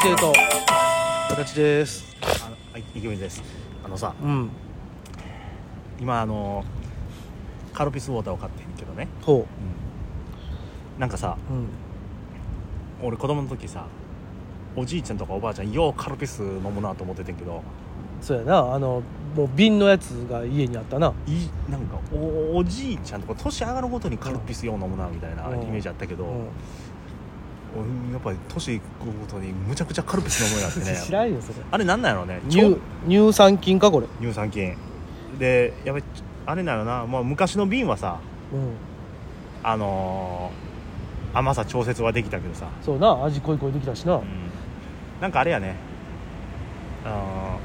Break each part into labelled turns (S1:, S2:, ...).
S1: てると
S2: 私です
S3: あのはい、イケメンです。あのさ、
S1: うん
S3: 今あのカルピスウォーターを買ってんけどね。
S1: ほ
S3: なんかさ、
S1: ううん
S3: 俺子供の時さ、おじいちゃんとかおばあちゃんようカルピス飲むなと思っててんけど、
S1: そうやなあのもう瓶のやつが家にあったない
S3: なんかおおじいちゃんとか年上がるごとにカルピスよう飲むなみたいな
S1: うん
S3: イメージあったけど、
S1: うん
S3: 俺やっぱり年いくごとにむちゃくちゃカルピス飲むようになっ
S1: 知
S3: てね。
S1: らんよそれ
S3: あれなんなんやろね。
S1: 乳乳酸菌かこれ
S3: 乳酸菌でやべあれなのな、まあ、昔の瓶はさ
S1: うん
S3: あのー甘さ調節はできたけどさ、
S1: そうな味濃い濃いできたしな、
S3: なんかあれやねあ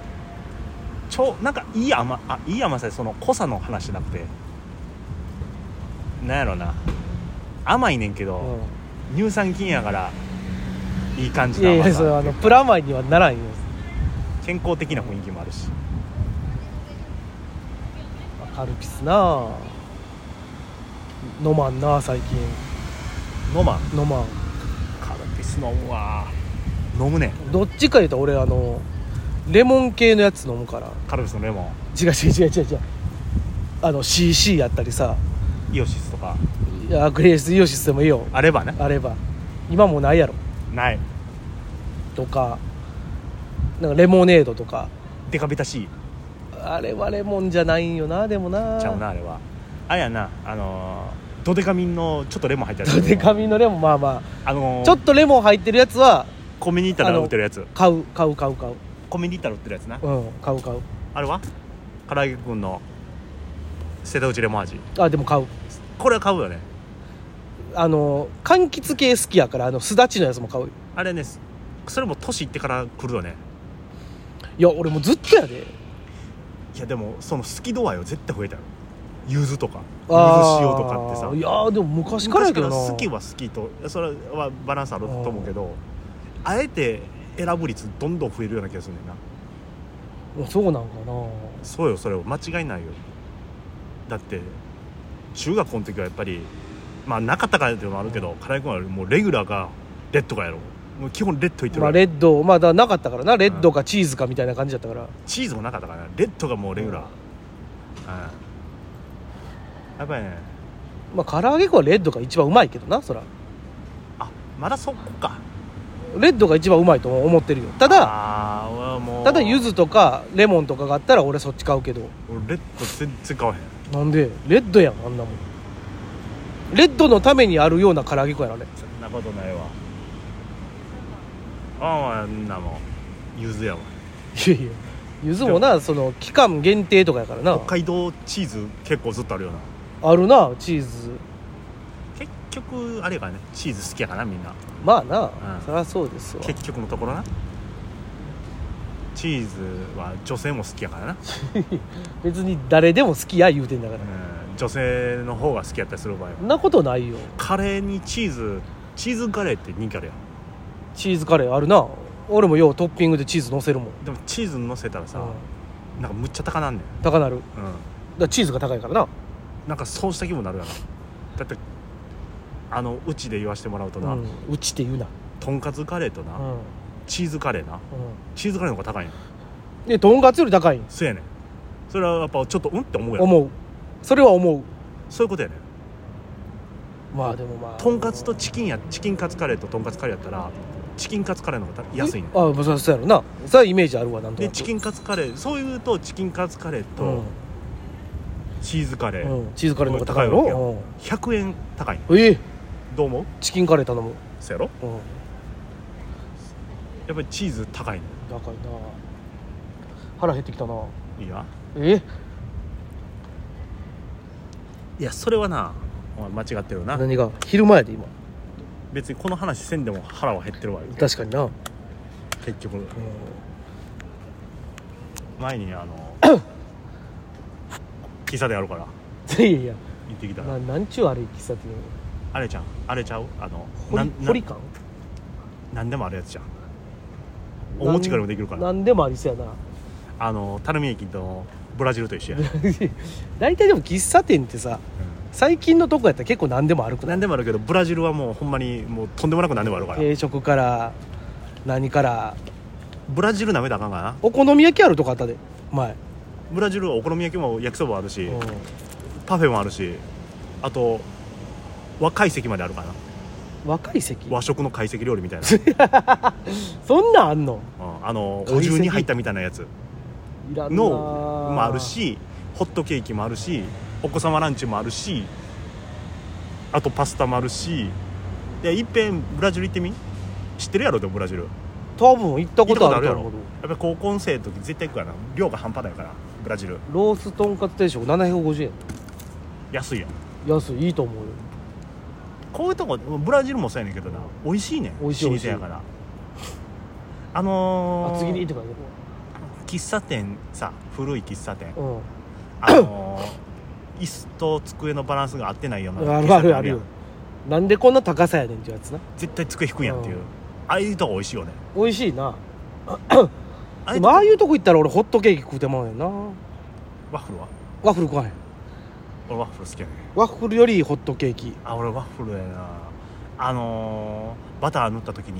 S3: ーちょなんかいい甘あいい甘さでその濃さの話じゃなくてなんやろな甘いねんけ
S1: う
S3: ど、
S1: ん
S3: 乳酸菌やからいい感じ
S1: い
S3: の
S1: やい
S3: 甘
S1: やそれは
S3: さ
S1: あのプラマイにはならんよ
S3: 健康的な雰囲気もあるし
S1: カルピスな飲まんな最近
S3: 飲まん
S1: 飲まん
S3: カルピス飲むわ飲むねん
S1: どっちか言うと俺あのレモン系のやつ飲むから
S3: カルピスのレモ
S1: 違う違う違う違う違うあの CC やったりさ
S3: ンイオシスとか
S1: いやグレースイオシスでもいいよ
S3: あればね
S1: あれば今もうないやろ
S3: ない
S1: とかなんかレモネードとか
S3: デカビタ C
S1: あれはレモンじゃないんよなでもな
S3: ちゃうなあれはあれやなあのードデカミンのちょっとレモン入ってる
S1: ドデカミのレモンまあま
S3: あの
S1: あ
S3: ー
S1: ちょっとレモン入ってるやつは
S3: コンビニ行ったら売ってるやつ
S1: 買う買う買う買う
S3: コンビニ行ったら売ってるやつな
S1: うん買う買う
S3: あれは唐揚げくんの瀬戸内レモン味
S1: あでも買う
S3: これは買うよね
S1: あの柑橘系好きやからあのすだちのやつも買うよ
S3: あれねすそれも年行ってから来るよね
S1: いや俺もうずっとやで
S3: いやでもその好き度合いは絶対増えたよ柚子とか柚
S1: あ
S3: 子
S1: ー
S3: 塩とかってさ
S1: いやーでも昔からやけどな
S3: 昔から好きは好きとそれはバランスあると思うけどあえて選ぶ率どんどん増えるような気がするねんな
S1: そうなんかな
S3: そうよそれは間違いないよだって中学校の時はやっぱりまあなかったからっていうのもあるけど金井君はもうレギュラーがレッドかやろもう基本レッドいってる
S1: ま
S3: や
S1: あ
S3: ん
S1: レッドまあだからなかったからなレッドかチーズかみたいな感じだったから
S3: チーズもなかったからなレッドがもうレギュラー、うんやっぱりね
S1: まあ唐揚げ粉はレッドが一番うまいけどなそら
S3: あまだそこか
S1: レッドが一番うまいと思ってるよただ
S3: あー俺はもう
S1: ただ柚子とかレモンとかがあったら俺そっち買うけど
S3: 俺レッド全然買わへん
S1: なんでレッドやんあんなもんレッドのためにあるような唐揚げ粉やろあれ
S3: そんなことないわああんなもんゆずやわ
S1: いやいや柚子もなその期間限定とかやからな
S3: 北海道チーズ結構ずっとあるよな
S1: あるなチーズ
S3: 結局あれがねチーズ好きやからみんな
S1: まあな、
S3: ん
S1: そりゃそうですわ
S3: 結局のところなチーズは女性も好きやからな、
S1: 別に誰でも好きや言うてんだから、
S3: うん、女性の方が好きやったりする場合は
S1: そんなことないよ
S3: カレーにチーズチーズカレーって人気あるやん
S1: チーズカレーあるな俺もようトッピングでチーズ乗せるもん
S3: でもチーズのせたらさ、
S1: うん
S3: なんかむっちゃ高なんねん、
S1: 高なるだか
S3: うん、
S1: らチーズが高いからな
S3: なんか損した気分になるやなだってあのうちで言わしてもらうとな、
S1: うんうちって言うな
S3: とんかつカレーとな、
S1: うんうん
S3: チーズカレーなチーズカレーの方が高いんや
S1: でとんかつより高いん
S3: そやねんそれはやっぱちょっとうんって思うやん
S1: 思うそれは思
S3: そういうことやねん
S1: うまあでもまあ
S3: とんかつとチキンやチキンカツカレーととんかつカレーやったらチキンカツカレーの方が安いねん
S1: あまあそうそうやろなそれはイメージあるわなんと
S3: で
S1: なく
S3: チキンカツカレーそういうとチキンカツカレー
S1: う
S3: とチーズカレ
S1: ん
S3: ー、
S1: うんチーズカレーの方が高い
S3: 高いわけ
S1: の
S3: 100円高いねん
S1: うんええ
S3: どう思う
S1: チキンカレー頼む
S3: そやろ
S1: うん
S3: やっぱりチーズ高いね
S1: 高いな腹減ってきたなん
S3: いいや
S1: え
S3: いやそれはなお前間違ってるよな
S1: 何が昼前で今
S3: 別にこの話せんでも腹は減ってるわよ
S1: 確かにな、うん
S3: 結局前にあ の喫茶店あるから
S1: いやいや
S3: 行ってきた
S1: な
S3: ら
S1: なんちゅう悪い喫茶店
S3: あれちゃんあれちゃうあの
S1: ホリ
S3: なんな
S1: ホリ感
S3: なんでもあるやつじゃんお餅からもできるから
S1: 何でもありそうやな
S3: あの垂水駅とブラジルと一緒や、
S1: 大体でも喫茶店ってさ最近のとこやったら結構何でもあるく
S3: うん、
S1: な
S3: 何
S1: い
S3: でもあるけどブラジルはもうほんまにもうとんでもなく何でもあるから、
S1: 定食から何から
S3: ブラジル舐めたらあかんかな
S1: お好み焼きあるとこあったで前、
S3: ブラジルはお好み焼きも焼きそばもあるし、
S1: うん
S3: パフェもあるしあと和解析まであるかな
S1: 若い席
S3: 和食の解析料理 みたいな、
S1: そんなんあんの
S3: うんあの
S1: 懐
S3: お
S1: 石
S3: 重に入ったみたいなやつ
S1: いらんな
S3: のもあるしホットケーキもあるしお子様ランチもあるしあとパスタもあるしでいっぺんブラジル行ってみ知ってるやろでもブラジルやっ
S1: 多分行ったことあると思う
S3: 行ったことあるぱり高校生の時絶対行くからな量が半端ないからブラジル
S1: ロースとんかつ定食750円
S3: 安いやん
S1: 安いいいと思うよ
S3: こういうとこブラジルもそうやねんけどな美味しいねん
S1: 美味しい
S3: 老舗やからあのー、
S1: 厚切りとかね
S3: 喫茶店さ古い喫茶 店
S1: うん
S3: あのー椅子と机のバランスが合ってないような
S1: あ
S3: 喫
S1: る
S3: 茶
S1: あ
S3: 店
S1: るある
S3: やん
S1: よなんでこんな高さやねんっていうやつな
S3: 絶対机低いやんっていう、
S1: うん
S3: ああいうとこ美味しいよね
S1: 美味しいな
S3: ああ
S1: で
S3: い
S1: も
S3: うとこ
S1: ああいうとこ行ったら俺ホットケーキ食うてまうねんな
S3: ワッフルは
S1: ワッフル食わへん
S3: 俺ワッフル好きやね
S1: ワッフルよりホットケーキ
S3: あ俺ワッフルやなあのーバター塗った時
S1: うん
S3: に、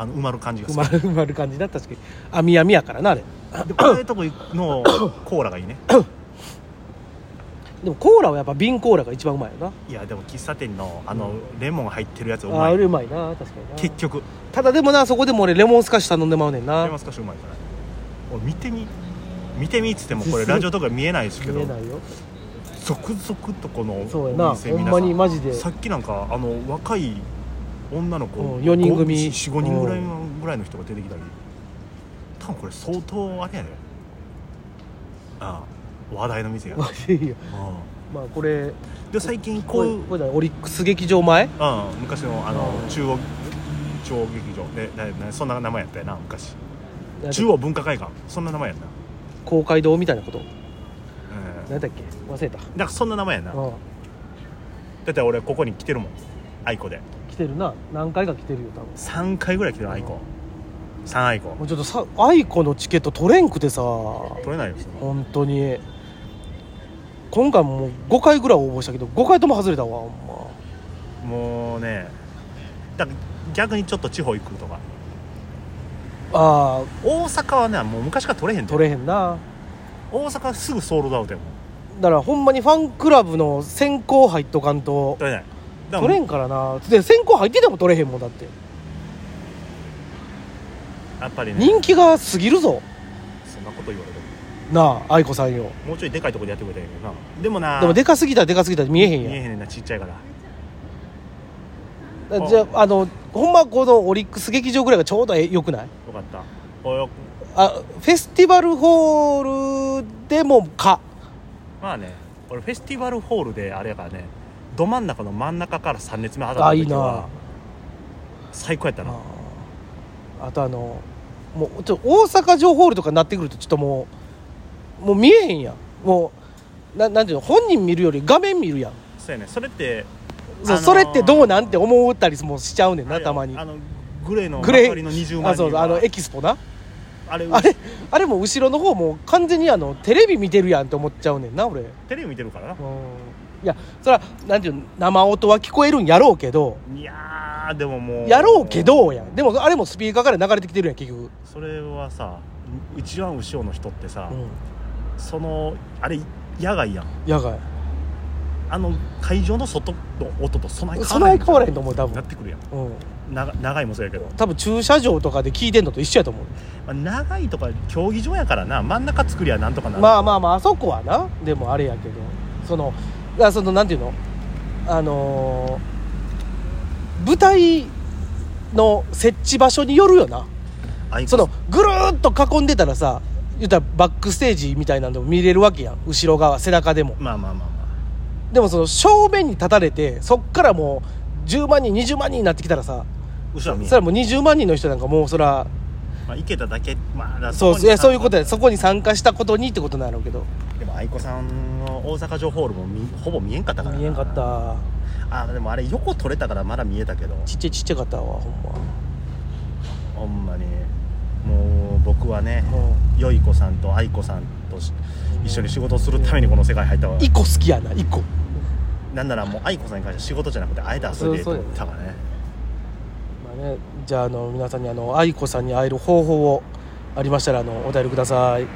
S3: あの埋まる感じが
S1: う
S3: す
S1: ま
S3: る
S1: うまる感じな確かにあみあみやからなあれ
S3: でああいうとこのコーラがい いね
S1: でもコーラはやっぱ瓶コーラが一番うまいよ
S3: いやでも喫茶店のあの、レモン入ってるやつう
S1: なあ
S3: ま
S1: あれ
S3: いう
S1: まいな確かにな
S3: 結局
S1: ただでもなそこでも俺レモンスカッシュ頼んでまうねん
S3: レ
S1: な
S3: モンスカッシュうまいから俺見てみ見てみっつってもこれラジオとか見えないですけ
S1: 見
S3: ど
S1: えないよ
S3: 続々とこの
S1: そうや
S3: お
S1: な
S3: 店
S1: ほん
S3: 皆
S1: ま
S3: さ
S1: に
S3: ん
S1: マジで
S3: さっきなんかあの若い女の子、
S1: うん四人組
S3: 45人ぐらいのぐらいの人が出てきたり多分これ相当あれやねああ話題 の店や、うん、
S1: いいよまあこれ
S3: で最近こ
S1: こ
S3: う
S1: う
S3: いう、うん、
S1: これだオリックス劇場前
S3: 昔のあの中央中央劇場でななそんな名前やったよな昔中央文化会館そんな名前やんな、
S1: 公会堂みたいなこと
S3: うん、
S1: 何だっけ忘れた
S3: なんかそんな名前やんなだ
S1: うん
S3: って俺ここに来てるもん愛子で
S1: 来てるな何回か来てるよ多分
S3: 3回ぐらい来てる愛子3愛子
S1: もうちょっとさ愛子のチケット取れんくてさ
S3: 取れないよそんな
S1: 本当に今回もう5回ぐらい応募したけど5回とも外れたわほんま
S3: もうねだから逆にちょっと地方行くとか
S1: ああ
S3: 大阪はねもう昔から取れへんと
S1: 取れへんな
S3: 大阪はすぐソールドアウトやもん
S1: だからほんまにファンクラブの選考入っとかんと
S3: 取れないだか
S1: 取れ
S3: ら
S1: んからなで選考入ってても取れへんもんだって
S3: やっぱりね
S1: 人気が過ぎるぞ
S3: そんなこと言われて
S1: なあ愛子さんよ
S3: ももうちょいでかいとこでやってくれたらいいけどなでもな
S1: でもでかすぎたらでかすぎたら見えへんやん
S3: 見えへんねんなちっちゃいから
S1: だからじゃああのほんまこのオリックス劇場ぐらいがちょうどえよくない
S3: よかったおよ
S1: あフェスティバルホールでもか
S3: まあね俺フェスティバルホールであれやからねど真ん中の真ん中から3列目当たった
S1: あいい
S3: 時
S1: な
S3: は最高やったな
S1: あとあのもうちょ大阪城ホールとかになってくるとちょっともうもう見えへんやんもうななんていうの本人見るより画面見るやん
S3: そうやねそれって
S1: そう
S3: あのー
S1: それってどうなんて思ったりもしちゃうねんなたまに
S3: あのグレーの
S1: グレー
S3: 明かりの20万
S1: あ
S3: 人
S1: そうあの
S3: は
S1: エキスポな
S3: あれ
S1: あれあれも後ろの方もう完全にあのテレビ見てるやんって思っちゃうねんな俺
S3: テレビ見てるから
S1: いやそれはなんていうの生音は聞こえるんやろうけど
S3: ないやーでももう
S1: やろうけどやんでもあれもスピーカーから流れてきてるやん結局、
S3: それはさ一番後ろの人ってさ、
S1: うん、
S3: そのあれ野外やん
S1: 野外
S3: あの会場の外の音とそない
S1: そない変わらへん
S3: ん
S1: と思う多
S3: な
S1: 分、
S3: ってくるやん
S1: うん、
S3: な長いもそうやけど、
S1: 多分駐車場とかで聞いてんのと一緒やと思う、
S3: まあ、長いとか競技場やからな真ん中作りゃなんとかなる
S1: まあまあまああそこはなでもあれやけどそのだからそのなんていうのあのー舞台の設置場所によるよな
S3: あいこ
S1: そのぐるーっと囲んでたらさ言ったらバックステージみたいなんでも見れるわけやん後ろ側背中でも
S3: まあまあまあま
S1: でもその正面に立たれてそっからもう10万人20万人になってきたらさ
S3: あ後ろは見え
S1: それ
S3: ん
S1: はもう20万人の人なんかもうそら
S3: まあ、行けただけまあだ
S1: そういやそういうこと
S3: で
S1: やそこに参加したことにってことなんやろうけど
S3: でも愛子さんの大阪城ホールもみほぼ見えんかったからな
S1: 見えんかった
S3: あでもあれ横取れたからまだ見えたけど
S1: ちっちゃいちっちゃかったわほん
S3: ほんまにもう僕はね
S1: まうん
S3: よい子さんと愛子さんとし一緒に仕事をするためにこの世界入ったわ
S1: 一個好きやな一個
S3: なんならもう愛子さんに関しては仕事じゃなくてあえて遊びでと思ったからね
S1: まあねね、じゃああの皆さんにあの愛子さんに会える方法をありましたらあのお便りください